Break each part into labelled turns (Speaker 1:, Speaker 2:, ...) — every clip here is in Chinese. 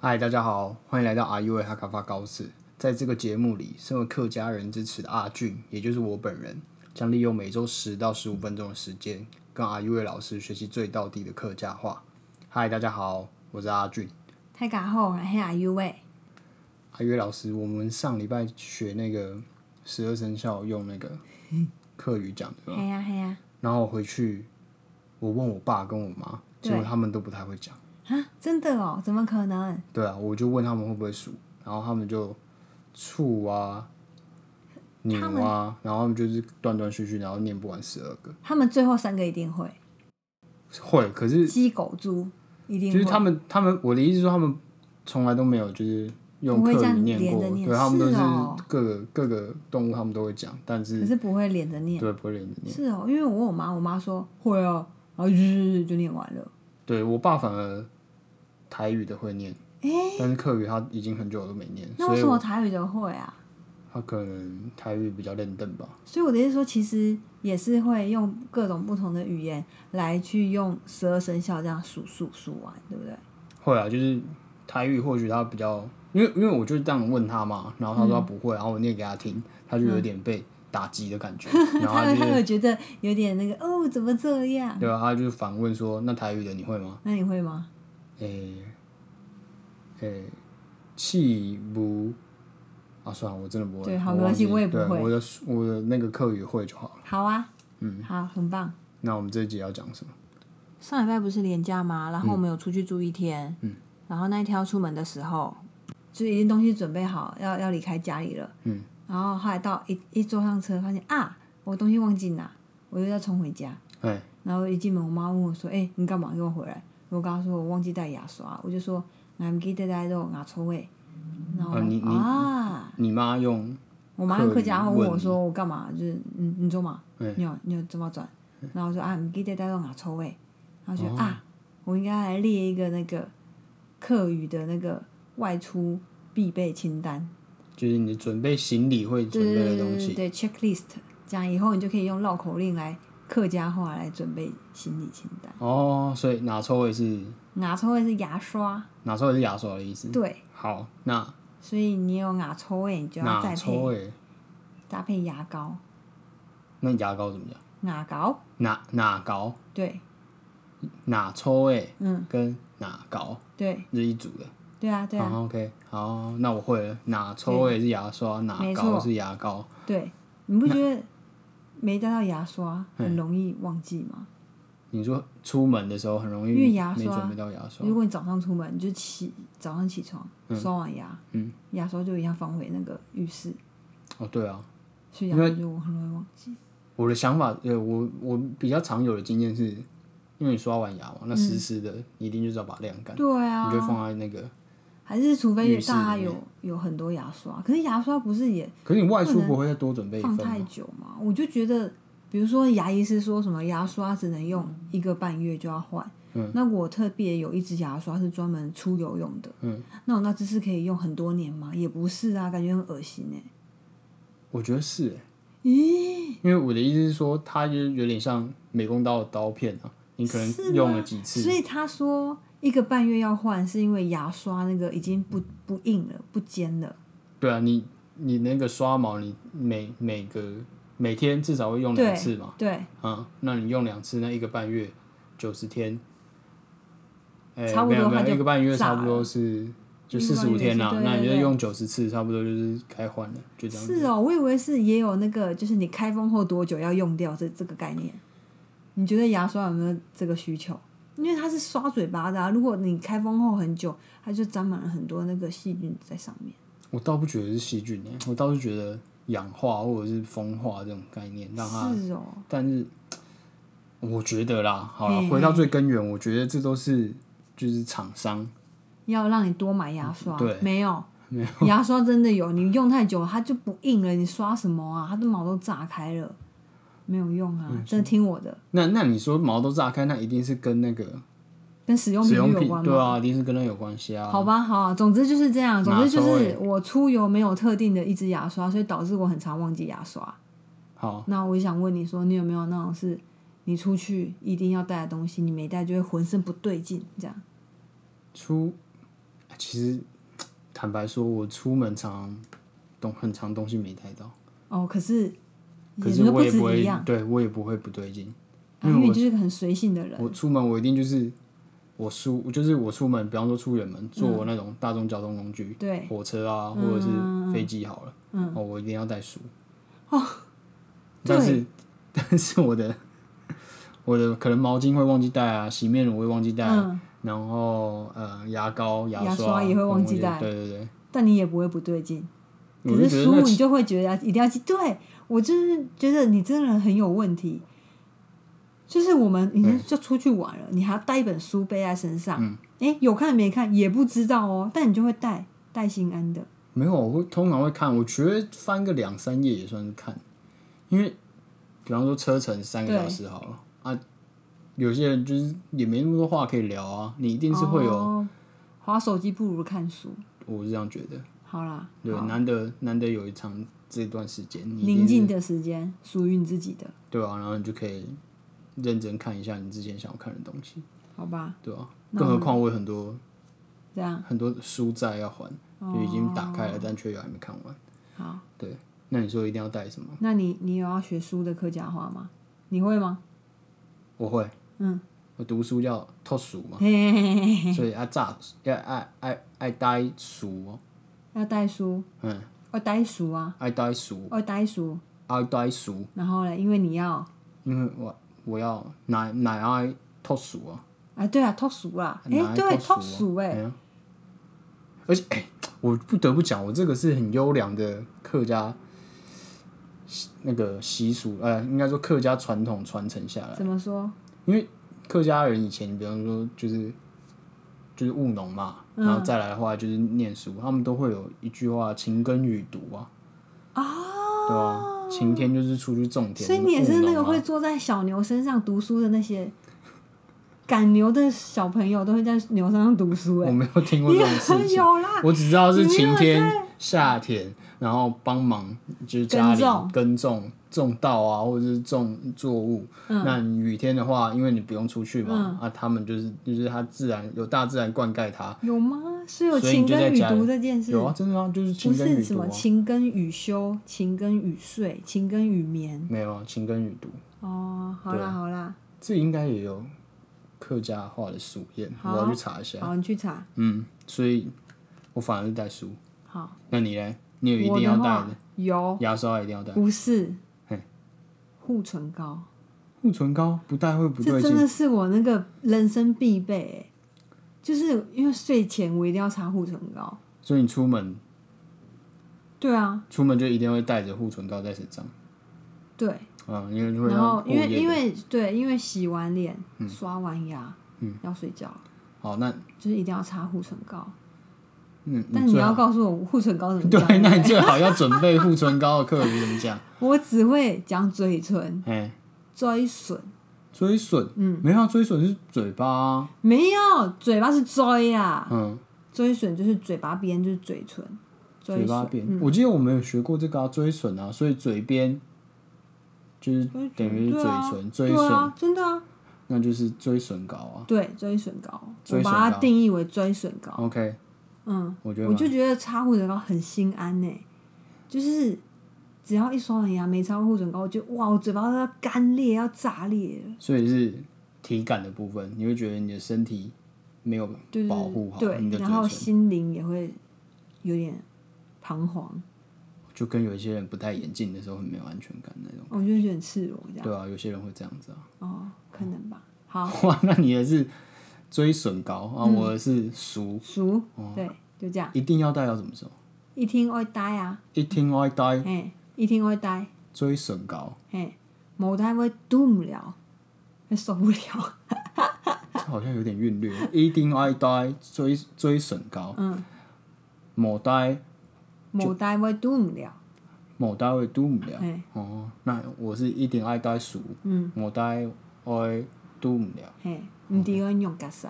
Speaker 1: 嗨，大家好，欢迎来到阿 U A 哈卡发高士。在这个节目里，身为客家人支持的阿俊，也就是我本人，将利用每周十到十五分钟的时间，跟阿 U A 老师学习最道地的客家话。嗨，大家好，我是阿俊。
Speaker 2: 太嘎后，嘿啊 U 喂，
Speaker 1: 阿 U A 老师，我们上礼拜学那个十二生肖用那个客语讲的，
Speaker 2: 嘿呀啊嘿呀，
Speaker 1: 然后我回去我问我爸跟我妈，结果他们都不太会讲。
Speaker 2: 啊，真的哦，怎么可能？
Speaker 1: 对啊，我就问他们会不会数，然后他们就醋啊、牛
Speaker 2: 他
Speaker 1: 啊，然后他们就是断断续续，然后念不完十二个。
Speaker 2: 他们最后三个一定会，
Speaker 1: 会，可是
Speaker 2: 鸡狗猪一定
Speaker 1: 就
Speaker 2: 会，
Speaker 1: 是他们，他们我的意思是说，他们从来都没有就是用
Speaker 2: 不会
Speaker 1: 课
Speaker 2: 这样
Speaker 1: 语念
Speaker 2: 连
Speaker 1: 过，
Speaker 2: 着念
Speaker 1: 对他们都
Speaker 2: 是哦
Speaker 1: 各个各个动物他们都会讲，但
Speaker 2: 可
Speaker 1: 是
Speaker 2: 是不会连着念。
Speaker 1: 对不会连着念。
Speaker 2: 是哦，因为我问我妈，我妈说会哦，然后日就念完了。
Speaker 1: 对我爸反而台语的会念，但是客语他已经很久都没念，
Speaker 2: 那
Speaker 1: 嗯
Speaker 2: 为
Speaker 1: 所以
Speaker 2: 什么台语的会啊？
Speaker 1: 他可能台语比较认真吧。
Speaker 2: 所以我的意思说，其实也是会用各种不同的语言来去用十二生肖这样数数数完，对不对？
Speaker 1: 会啊，就是台语或许他比较，因为因为我就这样问他嘛，然后他说他
Speaker 2: 嗯
Speaker 1: 不会，然后我念给他听，他就有点被打击的 感觉，然后他
Speaker 2: 他们
Speaker 1: 就
Speaker 2: 他
Speaker 1: 是
Speaker 2: 们觉得有点那个哦，怎么这样？
Speaker 1: 对啊，他就反问说，那台语的你会吗？
Speaker 2: 那你会吗？
Speaker 1: 诶、诶，气不啊，算了，我真的不会，
Speaker 2: 对好
Speaker 1: 我
Speaker 2: 没关系
Speaker 1: 忘记
Speaker 2: 我也不会
Speaker 1: 对我的我的那个课语会就好了。
Speaker 2: 好啊，嗯，好，很棒。
Speaker 1: 那我们这一集要讲什么？
Speaker 2: 上礼拜不是连假嘛，然后我们有出去住一天，
Speaker 1: 嗯
Speaker 2: 然后那一天要出门的时候，就已经东西准备好，要要离开家里了，
Speaker 1: 嗯，
Speaker 2: 然后后来到一一坐上车，发现啊，我东西忘记拿，我又要冲回家，
Speaker 1: 哎、
Speaker 2: 然后一进门，我妈问我说：“哎、你干嘛给我回来？”我跟她说我忘记带牙刷，我就说：“俺们给带带肉牙抽诶。”然后我
Speaker 1: 啊你你
Speaker 2: 妈啊，
Speaker 1: 你妈用
Speaker 2: 我妈用客家话
Speaker 1: 客语
Speaker 2: 问
Speaker 1: 问
Speaker 2: 我说：“我干嘛？就是嗯，你做嘛？
Speaker 1: 嗯
Speaker 2: 你有你有怎么转？”然后我说：“啊，你记得带到哪抽位？”然后觉得、啊，我应该来列一个那个客语的那个外出必备清单，
Speaker 1: 就是你准备行李会准
Speaker 2: 对对
Speaker 1: 备的
Speaker 2: 对
Speaker 1: 东
Speaker 2: 对
Speaker 1: 西，
Speaker 2: 对对，checklist，这样以后你就可以用绕口令来客家话来准备行李清单。
Speaker 1: 哦，所以哪抽会是
Speaker 2: 牙抽位是牙刷，
Speaker 1: 哪抽会是牙刷的意思？
Speaker 2: 对，
Speaker 1: 好，那
Speaker 2: 所以你有牙抽位，你就要
Speaker 1: 哪
Speaker 2: 再配
Speaker 1: 抽诶？
Speaker 2: 搭配牙膏，
Speaker 1: 那牙膏怎么讲？
Speaker 2: 牙膏，
Speaker 1: 哪哪膏？
Speaker 2: 对
Speaker 1: 哪抽诶？
Speaker 2: 嗯，
Speaker 1: 跟哪膏
Speaker 2: 对
Speaker 1: 是一组的。
Speaker 2: 对啊对啊
Speaker 1: 好 OK，好，那我会了。哪抽诶是牙刷，哪
Speaker 2: 没
Speaker 1: 膏
Speaker 2: 错
Speaker 1: 是牙膏。
Speaker 2: 对，你不觉得没带到牙刷很容易忘记吗？
Speaker 1: 你说出门的时候很容易
Speaker 2: 因为牙
Speaker 1: 没
Speaker 2: 刷
Speaker 1: 准备到牙刷
Speaker 2: 如，果你早上出门，你就起早上起床刷完牙，
Speaker 1: 嗯
Speaker 2: 牙刷就一样放回那个浴室，
Speaker 1: 哦对啊，
Speaker 2: 所以牙刷就我很容易忘记。
Speaker 1: 我的想法，呃，我我比较常有的经验是，因为你刷完牙嘛，那湿湿的，你一定就是要把它晾干，
Speaker 2: 嗯对啊
Speaker 1: 你，就放在那个。
Speaker 2: 还是除非
Speaker 1: 浴室里
Speaker 2: 大家
Speaker 1: 面
Speaker 2: 有有很多牙刷，可是牙刷不是也
Speaker 1: 可是你外出不会再多准备一份
Speaker 2: 放
Speaker 1: 吗
Speaker 2: 太？久嘛？我就觉得，比如说牙医是说什么牙刷只能
Speaker 1: 嗯
Speaker 2: 用一个半月就要换，那我特别有一支牙刷是专门出油用的，
Speaker 1: 嗯
Speaker 2: 那我那支是可以用很多年吗？也不是啊，感觉很恶心哎、
Speaker 1: 我觉得是、欸，
Speaker 2: 咦，
Speaker 1: 因为我的意思是说，它就是有点像美工刀的刀片啊，你可
Speaker 2: 是吗
Speaker 1: 能用了几次
Speaker 2: 所，以他说一个半月要换，是因为牙刷那个已经不不硬了，不尖了。
Speaker 1: 对啊，你你那个刷毛，你每每个每天至少会用两
Speaker 2: 对
Speaker 1: 次嘛，
Speaker 2: 对，
Speaker 1: 啊，那你用两次，那一个半月九十天，哎、
Speaker 2: 差不
Speaker 1: 没有
Speaker 2: 多
Speaker 1: 没
Speaker 2: 它
Speaker 1: 有，
Speaker 2: 就
Speaker 1: 一个半月差
Speaker 2: 炸
Speaker 1: 不多是就
Speaker 2: 啊一
Speaker 1: 四
Speaker 2: 个
Speaker 1: 十
Speaker 2: 半
Speaker 1: 五
Speaker 2: 月
Speaker 1: 天啦、
Speaker 2: 是对
Speaker 1: 那你
Speaker 2: 对
Speaker 1: 就
Speaker 2: 对
Speaker 1: 用九十次，差不多就是该换了，就这样子。
Speaker 2: 是哦，我以为是也有那个，就是你开封后多久要用掉这这个概念。你觉得牙刷有没有这个需求？因为它是刷嘴巴的、啊，如果你开封后很久，它就沾满了很多那个细菌在上面。
Speaker 1: 我倒不觉得是细菌、欸，我倒是觉得氧化或者是风化这种概念，让它
Speaker 2: 是哦，
Speaker 1: 但是我觉得啦，好了，
Speaker 2: 嘿
Speaker 1: 回到最根源，我觉得这都是就是厂商，
Speaker 2: 要让你多买牙刷，
Speaker 1: 嗯对
Speaker 2: 没有，牙刷真的有，你用太久了它就不硬了，你刷什么啊？它的毛都炸开了，没有用啊！真的听我的，
Speaker 1: 那那你说毛都炸开，那一定是跟那个
Speaker 2: 跟使用
Speaker 1: 使
Speaker 2: 频
Speaker 1: 用
Speaker 2: 率有
Speaker 1: 品
Speaker 2: 关
Speaker 1: 对
Speaker 2: 吗？
Speaker 1: 啊，一定是跟那有关系啊。
Speaker 2: 好吧，好啊、总之就是这样，总之就
Speaker 1: 哪
Speaker 2: 是
Speaker 1: 抽
Speaker 2: 我出游没有特定的一支牙刷，所以导致我很常忘记牙刷。
Speaker 1: 好，
Speaker 2: 那我也想问你说，你有没有那种是你出去一定要带的东西，你没带就会浑身不对劲这样？
Speaker 1: 出其实坦白说，我出门常常东很长东西没带到，
Speaker 2: 哦，可是
Speaker 1: 可
Speaker 2: 也
Speaker 1: 是
Speaker 2: 都
Speaker 1: 我
Speaker 2: 不
Speaker 1: 也
Speaker 2: 止
Speaker 1: 不
Speaker 2: 一
Speaker 1: 会
Speaker 2: 样，，
Speaker 1: 对我也不会不对劲。
Speaker 2: 啊因为你就是个很随性的人。
Speaker 1: 我出门我一定就是我出就是我出门，比方说出远门，坐我那种大众交通工具，
Speaker 2: 嗯对，嗯
Speaker 1: 火车啊或者是飞机好了，哦，我一定要带书。但是 但是我的我的可能毛巾会忘记带啊，洗面乳会忘记带，
Speaker 2: 嗯，
Speaker 1: 然后呃牙膏、
Speaker 2: 牙
Speaker 1: 刷
Speaker 2: 刷也会
Speaker 1: 我
Speaker 2: 忘记带
Speaker 1: 对对对，
Speaker 2: 但你也不会不对劲。
Speaker 1: 我
Speaker 2: 可
Speaker 1: 就觉
Speaker 2: 是
Speaker 1: 得
Speaker 2: 书
Speaker 1: 那
Speaker 2: 你就会觉得一定要记，对我就是觉得你真的很有问题。就是我们已经就出去玩了，你还要带一本书背在身上，
Speaker 1: 嗯
Speaker 2: 哎、有看没看也不知道哦，但你就会带带心安的。
Speaker 1: 没有，我会通常会看，我觉得翻个两三页也算是看，因为比方说车程三个
Speaker 2: 对
Speaker 1: 小时好了啊，有些人就是也没那么多话可以聊啊，你一定是会有，
Speaker 2: 哦划手机不如看书。
Speaker 1: 我是这样觉得，
Speaker 2: 啊好啦，
Speaker 1: 对，难得难得有一场这段时间，你一定
Speaker 2: 宁静的时间属于你自己的，
Speaker 1: 对吧、然后你就可以认真看一下你之前想要看的东西，
Speaker 2: 好吧？
Speaker 1: 对吧、啊
Speaker 2: 那
Speaker 1: 更何况我有很多
Speaker 2: 这样哦
Speaker 1: 很多书债要还，就已经打开了，但却又还没看完。
Speaker 2: 好，
Speaker 1: 对，那你说一定要带什么？
Speaker 2: 那你你有要学书的客家话吗？你会吗？
Speaker 1: 我会，
Speaker 2: 嗯，
Speaker 1: 我读书叫偷书 嘛。
Speaker 2: 嘿嘿嘿嘿嘿，
Speaker 1: 所以爱炸要爱爱爱呆熟哦，
Speaker 2: 要带书，
Speaker 1: 嗯，
Speaker 2: 要带书啊，
Speaker 1: 爱呆熟，
Speaker 2: 要带书。
Speaker 1: 爱呆熟，
Speaker 2: 然后呢，因为你要
Speaker 1: 因为我我要奶奶爱脱熟啊，
Speaker 2: 啊，对啊，脱俗啦，哎、
Speaker 1: 奶
Speaker 2: 对，
Speaker 1: 爱
Speaker 2: 脱
Speaker 1: 脱
Speaker 2: 俗哎、
Speaker 1: 哎、嗯而且哎、我不得不讲，我这个是很优良的客家习那个习俗，呃，应该说客家传统传承下来，
Speaker 2: 怎么说？
Speaker 1: 因为客家人以前，比方说就是就是务农嘛，然
Speaker 2: 嗯
Speaker 1: 后再来的话就是念书，他们都会有一句话“勤耕雨读”啊，啊，对啊，晴天就是出去种田，
Speaker 2: 哦所以你也是那
Speaker 1: 务农
Speaker 2: 个
Speaker 1: 啊
Speaker 2: 会坐在小牛身上读书的那些赶牛的小朋友，都会在牛身上读书哎、
Speaker 1: 我没有听过
Speaker 2: 你
Speaker 1: 这种事
Speaker 2: 很
Speaker 1: 情，
Speaker 2: 有啦，
Speaker 1: 我只知道是晴天
Speaker 2: 你没、
Speaker 1: 夏天，然后帮忙就是家里
Speaker 2: 耕种
Speaker 1: 耕种、种稻啊，或者是种作物。
Speaker 2: 嗯
Speaker 1: 那你雨天的话，因为你不用出去嘛，啊，他们就是就是它自然有大自然灌溉它，
Speaker 2: 有吗？是有
Speaker 1: 啊所以
Speaker 2: 勤
Speaker 1: 你就在
Speaker 2: 耕雨
Speaker 1: 家里
Speaker 2: 读这件事，
Speaker 1: 有啊，真的啊，就是
Speaker 2: 不
Speaker 1: 勤耕
Speaker 2: 是
Speaker 1: 雨
Speaker 2: 什
Speaker 1: 读
Speaker 2: 么
Speaker 1: 啊。
Speaker 2: 勤耕雨休、勤耕雨睡、勤耕雨眠。
Speaker 1: 没有啊，勤耕雨读，
Speaker 2: 哦，好
Speaker 1: 啊
Speaker 2: 啦好啦，
Speaker 1: 这应该也有客家话的俗谚，
Speaker 2: 好啊
Speaker 1: 我要去查一下。
Speaker 2: 好，你啊去查。
Speaker 1: 嗯，所以我反而是带书。
Speaker 2: 好，
Speaker 1: 那你呢？你有一
Speaker 2: 我
Speaker 1: 定要带
Speaker 2: 话哦
Speaker 1: 的，
Speaker 2: 有
Speaker 1: 牙刷一定要带，
Speaker 2: 不是
Speaker 1: 嘿
Speaker 2: 护唇膏，
Speaker 1: 护唇膏不带会不
Speaker 2: 这
Speaker 1: 对
Speaker 2: 真
Speaker 1: 劲。
Speaker 2: 的是我那个人生必备、欸，就是因为睡前我一定要擦护唇膏。
Speaker 1: 所以你出门
Speaker 2: 对啊，
Speaker 1: 出门就一定会带着护唇膏在身上，
Speaker 2: 对，
Speaker 1: 啊，因为你会
Speaker 2: 然
Speaker 1: 让
Speaker 2: 后
Speaker 1: 它
Speaker 2: 因为
Speaker 1: 过夜
Speaker 2: 因为对，因为洗完脸、刷完牙，要睡觉了，
Speaker 1: 好，嗯那
Speaker 2: 就是一定要擦护唇膏。
Speaker 1: 嗯，
Speaker 2: 但你
Speaker 1: 最
Speaker 2: 要
Speaker 1: 好
Speaker 2: 告诉我护唇膏怎么讲，
Speaker 1: 对，啊那你最好要准备护唇膏的课语怎么讲？
Speaker 2: 我只会讲嘴唇、
Speaker 1: 哎，
Speaker 2: 追唇，
Speaker 1: 追损，嗯，没有啊，追损是嘴巴啊，
Speaker 2: 没有嘴巴是追啊，
Speaker 1: 嗯，
Speaker 2: 追唇就是嘴巴边就是嘴唇，
Speaker 1: 嘴
Speaker 2: 追嗯
Speaker 1: 巴
Speaker 2: 唇
Speaker 1: 边，我记得我们有学过这个啊，追损啊，所以嘴边就是
Speaker 2: 追唇
Speaker 1: 等于是嘴
Speaker 2: 对啊
Speaker 1: 唇，追
Speaker 2: 对
Speaker 1: 损，
Speaker 2: 啊，真的啊，
Speaker 1: 那就是追损膏啊。
Speaker 2: 对追唇膏，
Speaker 1: 追唇
Speaker 2: 我
Speaker 1: 膏
Speaker 2: 把它定义为追唇膏，
Speaker 1: OK，
Speaker 2: 嗯，
Speaker 1: 我觉得
Speaker 2: 我
Speaker 1: 蛮
Speaker 2: 就觉得擦护唇膏很心安呢、就是只要一刷完牙没擦护唇膏，我就哇，我嘴巴都要干裂要炸裂了，
Speaker 1: 所以是体感的部分，你会觉得你的身体没有
Speaker 2: 对
Speaker 1: 保护好
Speaker 2: 对
Speaker 1: 你的
Speaker 2: 对，
Speaker 1: 嘴
Speaker 2: 然后
Speaker 1: 唇，
Speaker 2: 心灵也会有点彷徨，
Speaker 1: 就跟有一些人不戴眼镜的时候很没有安全感那种。
Speaker 2: 我就会觉得很赤裸这样，
Speaker 1: 对啊，有些人会这样子啊。
Speaker 2: 哦，可能吧，好，
Speaker 1: 哇，那你的是追损膏啊，
Speaker 2: 嗯
Speaker 1: 我的是熟，
Speaker 2: 熟，
Speaker 1: 哦
Speaker 2: 对，就这样，
Speaker 1: 一定要戴到什么时候？
Speaker 2: 一听会呆啊。
Speaker 1: 一听爱戴
Speaker 2: 嘿，一定会呆，
Speaker 1: 追损膏，
Speaker 2: 嘿，冇呆会读不了，会受不了。
Speaker 1: 这好像有点韵律。一定爱戴追追损膏，
Speaker 2: 嗯，
Speaker 1: 某戴
Speaker 2: 冇呆会读不了，
Speaker 1: 某戴会嘟不了。
Speaker 2: 嘿，
Speaker 1: 哦，那我是一定爱戴熟，
Speaker 2: 嗯，
Speaker 1: 某戴爱嘟不了。
Speaker 2: 嘿，唔知我用干啥。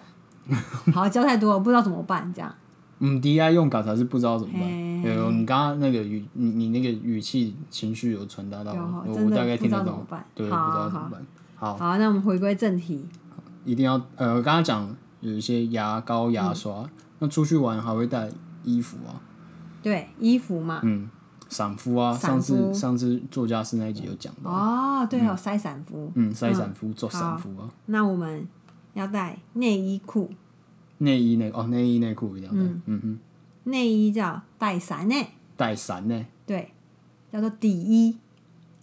Speaker 2: 好，教太多了，我不知道怎么办，这样。
Speaker 1: 嗯，DI 用感才是不知道怎么办。
Speaker 2: 嘿
Speaker 1: 有，你刚刚那个语，你你那个语气情绪有传达到
Speaker 2: 有
Speaker 1: 吗，
Speaker 2: 哈
Speaker 1: 我
Speaker 2: 真
Speaker 1: 我
Speaker 2: 的
Speaker 1: 大概
Speaker 2: 不
Speaker 1: 听
Speaker 2: 知
Speaker 1: 得
Speaker 2: 道怎
Speaker 1: 懂
Speaker 2: 么办，
Speaker 1: 对，不知
Speaker 2: 好
Speaker 1: 道怎
Speaker 2: 好
Speaker 1: 么办。好，
Speaker 2: 好，那我们回归正题。嗯
Speaker 1: 一定要呃，我刚刚讲有一些牙膏、牙刷，那、那出去玩还会带衣服啊，
Speaker 2: 对，衣服嘛，
Speaker 1: 嗯伞夫啊，
Speaker 2: 伞
Speaker 1: 上
Speaker 2: 夫
Speaker 1: 次上次作家室那一集有讲到，
Speaker 2: 哦，对哦，塞伞服。
Speaker 1: 嗯，塞伞夫做伞夫啊，
Speaker 2: 那我们要带内衣裤，
Speaker 1: 内衣内哦内衣内裤一定要带，嗯哼，
Speaker 2: 内衣叫带伞呢，
Speaker 1: 带伞呢，
Speaker 2: 对，叫做底衣，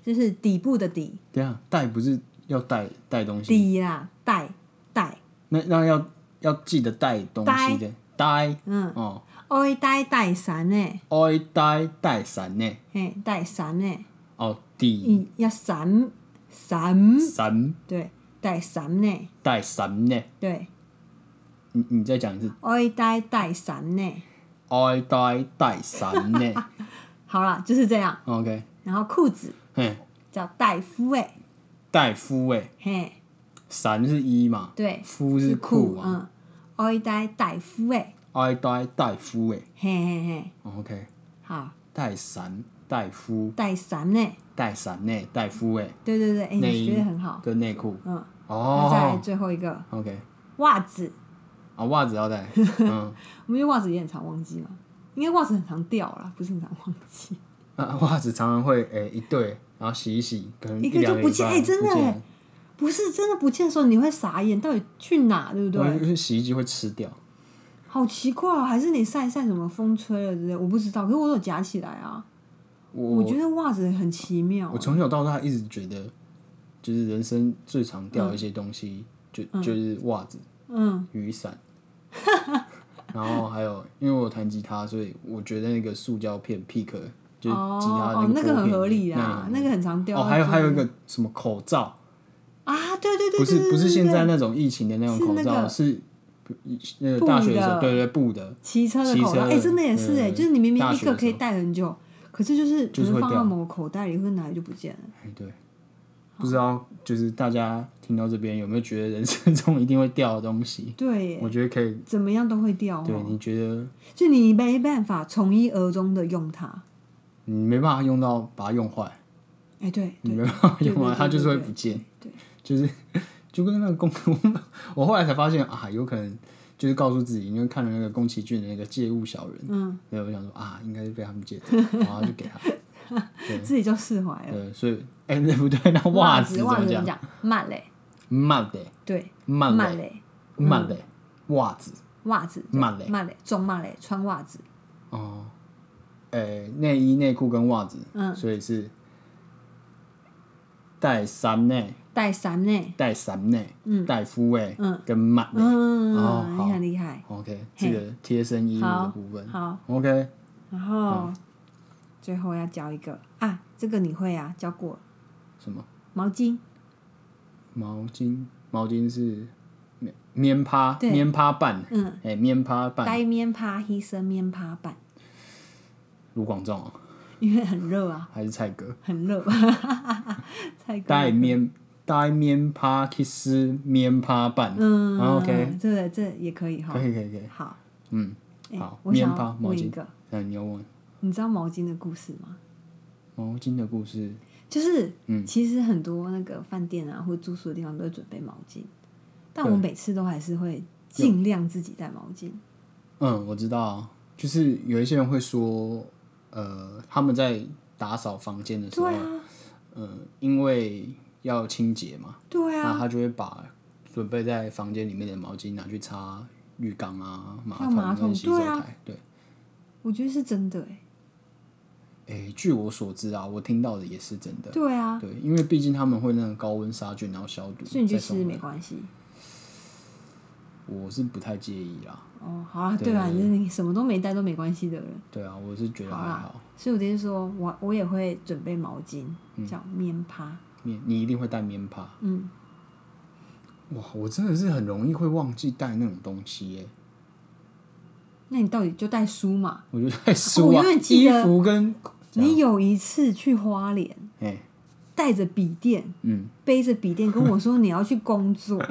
Speaker 2: 就是底部的底，
Speaker 1: 等一下带不是要带带东西，
Speaker 2: 底啦，带带，
Speaker 1: 那那要要记得带东西的，带
Speaker 2: 嗯，
Speaker 1: 哦，
Speaker 2: 爱带带伞呢，
Speaker 1: 爱带带伞呢，
Speaker 2: 嘿，带伞呢，
Speaker 1: 哦底
Speaker 2: 嗯，要伞伞，
Speaker 1: 伞
Speaker 2: 对，带伞呢，
Speaker 1: 带伞呢，
Speaker 2: 对，哦
Speaker 1: 你你再讲一次，
Speaker 2: 爱带带伞呢，
Speaker 1: 爱带带伞 呢哦
Speaker 2: 好啦，就是这样，
Speaker 1: ，OK，
Speaker 2: 然后裤子
Speaker 1: 嘿，
Speaker 2: 叫带夫哎，
Speaker 1: 带夫诶，
Speaker 2: 嘿，
Speaker 1: 伞是衣嘛，
Speaker 2: 对，
Speaker 1: 夫是裤啊，
Speaker 2: 嗯，爱带带夫哎，
Speaker 1: 爱带带夫诶
Speaker 2: 嘿嘿嘿，
Speaker 1: 哦，OK，
Speaker 2: 好，
Speaker 1: 带伞带夫
Speaker 2: 带伞呢。
Speaker 1: 带伞呢带夫诶
Speaker 2: 对对对，哎、
Speaker 1: 内
Speaker 2: 你
Speaker 1: 衣
Speaker 2: 学的很好。
Speaker 1: 跟内裤，
Speaker 2: 嗯，那再来
Speaker 1: 哦
Speaker 2: 最后一个
Speaker 1: ，OK，
Speaker 2: 袜子，
Speaker 1: 啊袜子要 带，嗯，
Speaker 2: 我们因为袜子也很常忘记嘛，因为袜子很常掉啦，不是很常忘记。
Speaker 1: 啊袜子常常会诶一对，然后洗一洗，可能
Speaker 2: 一个
Speaker 1: 两
Speaker 2: 就
Speaker 1: 个
Speaker 2: 不
Speaker 1: 礼
Speaker 2: 见
Speaker 1: 拜
Speaker 2: 哎真的
Speaker 1: 不见
Speaker 2: 哎
Speaker 1: 了
Speaker 2: 不是真的不见的时候，你会傻眼，到底去哪，对不
Speaker 1: 对，
Speaker 2: 对？
Speaker 1: 就是洗衣机会吃掉。
Speaker 2: 好奇怪哦，还是你晒一晒什么风吹了之类，我不知道。可是我都有夹起来啊，
Speaker 1: 我
Speaker 2: 我觉得袜子很奇妙
Speaker 1: 我
Speaker 2: 啊。
Speaker 1: 从小到大一直觉得，就是人生最常掉的一些东西，就就是袜子、
Speaker 2: 嗯，
Speaker 1: 雨伞， 然后还有因为我弹吉他，所以我觉得那个塑胶片 pick 就是
Speaker 2: 哦
Speaker 1: 吉他
Speaker 2: 哦，
Speaker 1: 个
Speaker 2: 那
Speaker 1: 拨片、
Speaker 2: 个很合理
Speaker 1: 那
Speaker 2: 啦，那
Speaker 1: 个
Speaker 2: 个很常
Speaker 1: 很
Speaker 2: 掉。
Speaker 1: 哦，还有还有一个什么口罩，
Speaker 2: 啊，对对对，
Speaker 1: 不是
Speaker 2: 对
Speaker 1: 不是
Speaker 2: 对
Speaker 1: 现
Speaker 2: 对
Speaker 1: 在那种疫情的那种
Speaker 2: 是
Speaker 1: 口
Speaker 2: 那
Speaker 1: 罩，
Speaker 2: 个
Speaker 1: 是那个
Speaker 2: 布
Speaker 1: 大学的时
Speaker 2: 的
Speaker 1: 候，对对对布的，
Speaker 2: 骑车的
Speaker 1: 骑
Speaker 2: 口袋，
Speaker 1: 车
Speaker 2: 哎、
Speaker 1: 的
Speaker 2: 真的也是哎、
Speaker 1: 对
Speaker 2: 就是你明明
Speaker 1: 大
Speaker 2: 一
Speaker 1: 学的
Speaker 2: 个可以
Speaker 1: 时候
Speaker 2: 戴很久，可是就是可
Speaker 1: 就是
Speaker 2: 能
Speaker 1: 会
Speaker 2: 放到
Speaker 1: 掉
Speaker 2: 某个口袋里，或者哪里就不见了。
Speaker 1: 哎对。不知道，就是大家听到这边有没有觉得人生 中一定会掉的东西？
Speaker 2: 对耶，
Speaker 1: 我觉得可以，
Speaker 2: 怎么样都会掉
Speaker 1: 嗯对，
Speaker 2: 哦，
Speaker 1: 你觉得
Speaker 2: 就你没办法从一而终的用它。
Speaker 1: 你没办法用到把它用坏，
Speaker 2: 哎、对
Speaker 1: 你没
Speaker 2: 对
Speaker 1: 办法
Speaker 2: 对
Speaker 1: 用
Speaker 2: 对
Speaker 1: 完，
Speaker 2: 对
Speaker 1: 它就是会
Speaker 2: 对
Speaker 1: 不见。
Speaker 2: 对，
Speaker 1: 就是 就跟那个宫， 我后来才发现啊，有可能就是告诉自己，因为看了那个宫崎骏的那个《借物小人》，
Speaker 2: 嗯，
Speaker 1: 对，我想说啊，应该是被他们借走，然后就给他。
Speaker 2: 自己就释怀了。
Speaker 1: 对，所以哎，那不对，那 袜
Speaker 2: 子
Speaker 1: 怎
Speaker 2: 袜
Speaker 1: 么
Speaker 2: 子怎么
Speaker 1: 讲？
Speaker 2: 讲？慢嘞，
Speaker 1: 慢的，
Speaker 2: 对，
Speaker 1: 慢
Speaker 2: 慢嗯
Speaker 1: 的，
Speaker 2: 嘞，
Speaker 1: 慢的，袜子
Speaker 2: 袜子
Speaker 1: 慢嘞
Speaker 2: 慢嘞，中慢嘞，穿袜子，
Speaker 1: 哦，哎，内衣、内裤跟袜子，
Speaker 2: 嗯
Speaker 1: 所以是带三内。
Speaker 2: 带伞嘞，
Speaker 1: 带伞呢，带夫哎，跟满呢。
Speaker 2: 嗯，
Speaker 1: 哦好
Speaker 2: 你很厉害。
Speaker 1: OK，
Speaker 2: 嗯嘿
Speaker 1: 这个贴身衣物的部分。
Speaker 2: 好，
Speaker 1: OK，
Speaker 2: 然后最后要教一个啊，这个你会啊，教过了
Speaker 1: 什么
Speaker 2: 毛巾。
Speaker 1: 毛巾？毛巾是棉棉趴，
Speaker 2: 对
Speaker 1: 棉趴瓣，
Speaker 2: 嗯，
Speaker 1: 哎，棉趴瓣，
Speaker 2: 呆面趴、黑色面趴板，
Speaker 1: 卢广仲哦
Speaker 2: 因为很热啊，
Speaker 1: 还是蔡哥？
Speaker 2: 很热。 蔡哥，
Speaker 1: 带棉带棉趴 kiss 棉趴瓣。
Speaker 2: 嗯
Speaker 1: 啊，OK，
Speaker 2: 这个这也可以哈。
Speaker 1: 可以可以可以，
Speaker 2: 好，
Speaker 1: 嗯，
Speaker 2: 哎
Speaker 1: 好，
Speaker 2: 我
Speaker 1: 棉
Speaker 2: 想
Speaker 1: 趴
Speaker 2: 要
Speaker 1: 毛
Speaker 2: 问一
Speaker 1: 巾。
Speaker 2: 个，
Speaker 1: 那你要问
Speaker 2: 你知道毛巾的故事吗？
Speaker 1: 毛巾的故事？
Speaker 2: 就是，
Speaker 1: 嗯
Speaker 2: 其实很多那个饭店啊或住宿的地方都会准备毛巾，但我
Speaker 1: 对
Speaker 2: 每次都还是会尽量自己带毛巾。
Speaker 1: 嗯，我知道，就是有一些人会说，呃，他们在打扫房间的时候，
Speaker 2: 对啊，
Speaker 1: 呃，因为要清洁嘛，
Speaker 2: 对
Speaker 1: 那
Speaker 2: 啊，
Speaker 1: 他就会把准备在房间里面的毛巾拿去擦浴缸啊、马
Speaker 2: 还有马桶
Speaker 1: 跟洗手
Speaker 2: 对啊
Speaker 1: 台。对，
Speaker 2: 我觉得是真的哎。
Speaker 1: 诶、据我所知啊，我听到的也是真的。
Speaker 2: 对啊，
Speaker 1: 对，因为毕竟他们会那个高温杀菌，然后消毒。
Speaker 2: 所以你就
Speaker 1: 再
Speaker 2: 其
Speaker 1: 送
Speaker 2: 实
Speaker 1: 人
Speaker 2: 没关系。
Speaker 1: 我是不太介意啦。
Speaker 2: 哦，好啊，对啊，你是你什么都没带都没关系的人。
Speaker 1: 对啊，我是觉得
Speaker 2: 好
Speaker 1: 还
Speaker 2: 啦
Speaker 1: 好。
Speaker 2: 所以我的意思是说，我我也会准备毛巾，
Speaker 1: 嗯
Speaker 2: 叫棉趴。
Speaker 1: 你你一定会带棉帕。
Speaker 2: 嗯，
Speaker 1: 哇，我真的是很容易会忘记带那种东西耶、
Speaker 2: 那你到底就带书嘛？
Speaker 1: 我觉得太书
Speaker 2: 哦我
Speaker 1: 啊，
Speaker 2: 永远记
Speaker 1: 衣
Speaker 2: 得
Speaker 1: 服跟
Speaker 2: 你有一次去花莲，
Speaker 1: 哎、
Speaker 2: 带着笔电，
Speaker 1: 嗯，
Speaker 2: 背着笔电跟我说你要去工 作，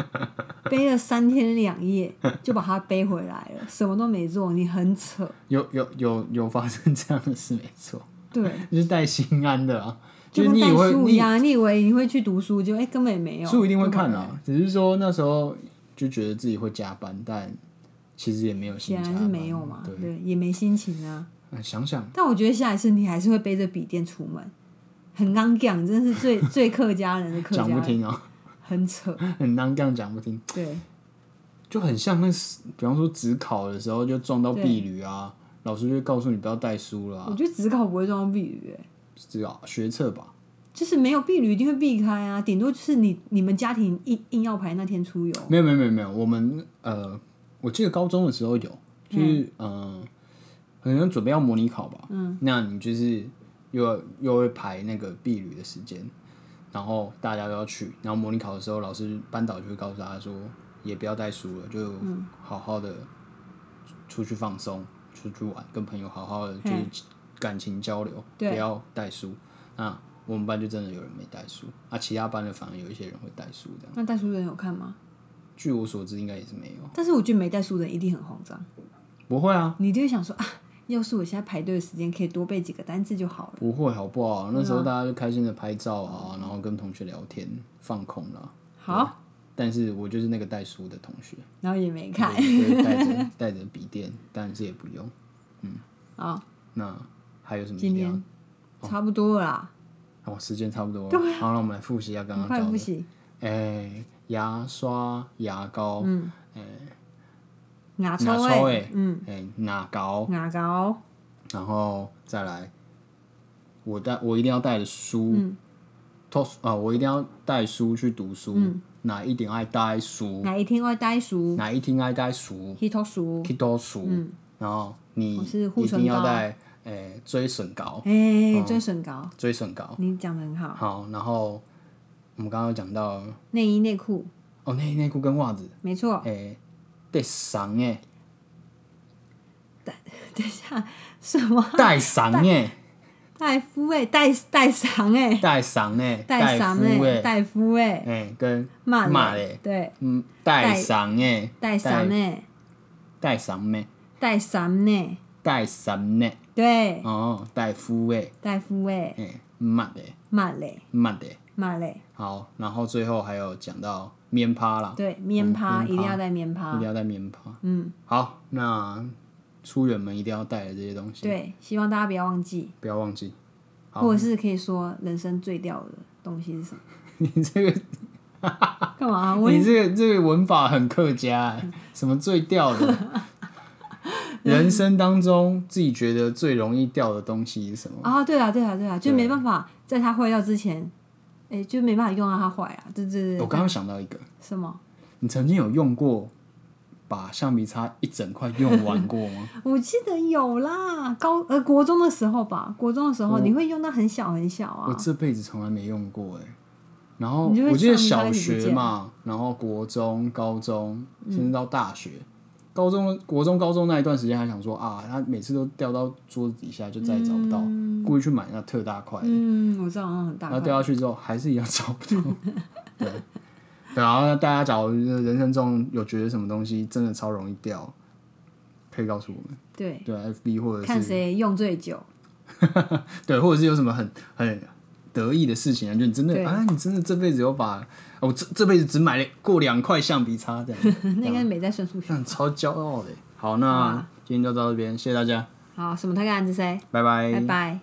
Speaker 2: 背了三天两夜就把它背回来了，什么都没做，你很扯。
Speaker 1: 有有有有发生这样的事，没错，
Speaker 2: 对，
Speaker 1: 就是带心安的啊，
Speaker 2: 就是跟
Speaker 1: 你也
Speaker 2: 带
Speaker 1: 会
Speaker 2: 书一
Speaker 1: 你
Speaker 2: 样，你以为你会去读书，就哎、根本也没有。
Speaker 1: 书一定会看啊
Speaker 2: 就回来了。
Speaker 1: 啊，只是说那时候就觉得自己会加班，但其实也没有心
Speaker 2: 显
Speaker 1: 情
Speaker 2: 然是没有嘛，
Speaker 1: 对，
Speaker 2: 对，也没心情啊。
Speaker 1: 那想想
Speaker 2: 但我觉得下一次你还是会背着笔电出门，很刚讲，真的是最最客家人的客家
Speaker 1: 讲不
Speaker 2: 人，
Speaker 1: 听啊、
Speaker 2: 很扯。
Speaker 1: 很难这样讲不听，
Speaker 2: 对，
Speaker 1: 就很像那时，比方说只考的时候就撞到
Speaker 2: 对
Speaker 1: 避旅啊，老师就会告诉你不要带书了、
Speaker 2: 我
Speaker 1: 啊，
Speaker 2: 觉得只考不会撞到避雨、欸，
Speaker 1: 只啊学测吧，
Speaker 2: 就是没有避雨一定会避开啊，顶多就是你你们家庭硬硬要排那天出游，
Speaker 1: 没有没有没有没有，我们呃，我记得高中的时候有，就是嗯、呃好像准备要模拟考吧，嗯，那你就是又要又会排那个避旅的时间，然后大家都要去，然后模拟考的时候，老师班导就会告诉大家说，也不要带书了，就好好的出去放松，出去玩，跟朋友好好的就是感情交流，不
Speaker 2: 对
Speaker 1: 要带书。那我们班就真的有人没带书，啊，其他班的反而有一些人会带书这样。
Speaker 2: 那带书的人有看吗？
Speaker 1: 据我所知，应该也是没有。
Speaker 2: 但是我觉得没带书的人一定很慌张，
Speaker 1: 不会啊，
Speaker 2: 你就会想说啊，要是我现在排队的时间可以多背几个单字就好了。
Speaker 1: 不会，好不好？那时
Speaker 2: 啊
Speaker 1: 候大家就开心的拍照啊，然后跟同学聊天，放空啦。
Speaker 2: 好，
Speaker 1: 但是我就是那个带书的同学，
Speaker 2: 然后也没看，
Speaker 1: 我就是带着带着笔电，但是也不用。
Speaker 2: 好，
Speaker 1: 那还有什么一
Speaker 2: 今
Speaker 1: 定要？
Speaker 2: 天啊差不多了啦，
Speaker 1: 哦，时间差不多了，好，那我们来复习一下刚
Speaker 2: 啊
Speaker 1: 刚
Speaker 2: 很快
Speaker 1: 教
Speaker 2: 复
Speaker 1: 的。
Speaker 2: 习，
Speaker 1: 哎、牙刷、牙膏，嗯，
Speaker 2: 牙
Speaker 1: 牙
Speaker 2: 抽
Speaker 1: 刷
Speaker 2: 哎，嗯，
Speaker 1: 嗯，哎、牙膏，
Speaker 2: 牙膏。
Speaker 1: 然后再来，我带我一定要带的书，托啊，我一定要带书去读书。哪一点爱带书？
Speaker 2: 哪一天会呆熟？
Speaker 1: 哪一天爱带书？
Speaker 2: 黑头熟？
Speaker 1: 去读书。然后你
Speaker 2: 我是护
Speaker 1: 一定
Speaker 2: 唇
Speaker 1: 要
Speaker 2: 膏
Speaker 1: 带诶、追唇膏，
Speaker 2: 哎、追唇膏，
Speaker 1: 追唇膏。
Speaker 2: 你讲的很好。
Speaker 1: 嗯好，然后我们刚刚有讲到
Speaker 2: 内衣内裤，
Speaker 1: 哦，内内裤跟袜子，
Speaker 2: 没错。
Speaker 1: 诶、带绳诶，
Speaker 2: 等一下，什么
Speaker 1: 带绳诶，
Speaker 2: 戴夫哎，戴戴赏哎，
Speaker 1: 带绳诶，
Speaker 2: 戴赏
Speaker 1: 夫
Speaker 2: 哎，
Speaker 1: 诶，
Speaker 2: 戴夫哎，
Speaker 1: 诶，跟
Speaker 2: 骂
Speaker 1: 骂
Speaker 2: 嘞
Speaker 1: 嘞，
Speaker 2: 对，
Speaker 1: 嗯，带绳诶，
Speaker 2: 戴赏哎，
Speaker 1: 带绳诶。
Speaker 2: 戴赏哎，
Speaker 1: 戴神呢，
Speaker 2: 对，
Speaker 1: 哦，戴夫诶，
Speaker 2: 戴夫哎，
Speaker 1: 哎、慢的，
Speaker 2: 骂嘞，
Speaker 1: 慢的，
Speaker 2: 骂嘞，
Speaker 1: 好，然后最后还有讲到棉趴啦，
Speaker 2: 对，棉趴
Speaker 1: 嗯棉
Speaker 2: 一定
Speaker 1: 趴
Speaker 2: 要戴棉
Speaker 1: 一
Speaker 2: 趴
Speaker 1: 定，要带棉趴。
Speaker 2: 嗯，
Speaker 1: 好，那出远门一定要带的这些东西，
Speaker 2: 对，希望大家不要忘记，
Speaker 1: 不要忘记。 好
Speaker 2: 或者是可以说人生最屌的东西是 什么？
Speaker 1: 你这个，
Speaker 2: 干嘛？啊我
Speaker 1: 你这个这个文法很客家、哎什么最掉 的？人生当中自己觉得最容易掉的东西是什么？
Speaker 2: 啊，对啊，对啊，对啊，就
Speaker 1: 对
Speaker 2: 没办法在它坏掉之前，哎，就没办法用到它坏啊，对对
Speaker 1: 我
Speaker 2: 对，
Speaker 1: 刚刚想到一个，
Speaker 2: 什么？
Speaker 1: 你曾经有用过把橡皮擦一整块用完过 吗？
Speaker 2: 我记得有啦，高呃国中的时候吧，国中的时候
Speaker 1: 哦
Speaker 2: 你会用到很小很小
Speaker 1: 我
Speaker 2: 啊，
Speaker 1: 这辈子从来没用过哎、然后
Speaker 2: 你就会
Speaker 1: 我记得
Speaker 2: 上
Speaker 1: 小
Speaker 2: 一个就不
Speaker 1: 学
Speaker 2: 见嗯
Speaker 1: 嘛，然后国中、高中，甚至到大学，高中、国中、高中那一段时间还想说啊，它每次都掉到桌子底下，就再也找不到，故意去买那特大块的，
Speaker 2: 嗯，我知道好像嗯很大
Speaker 1: 然后
Speaker 2: 块，
Speaker 1: 掉下去之后还是一样找不 到。对，对啊然后大家假如人生中有觉得什么东西真的超容易掉，可以告诉我们，
Speaker 2: 对，
Speaker 1: 对，FB 或者
Speaker 2: 看
Speaker 1: 是
Speaker 2: 谁用最久，
Speaker 1: 对，或者是有什么很很得意的事情啊，就你真
Speaker 2: 对
Speaker 1: 的啊，你真的这辈子有把，啊我这这辈子只买了过两块橡皮擦这样，
Speaker 2: 那应该没在算数学
Speaker 1: 那。超骄傲的。好，那今天就到这边，谢谢大家，
Speaker 2: 好，什么他跟案子谁？
Speaker 1: 拜拜，
Speaker 2: 拜拜。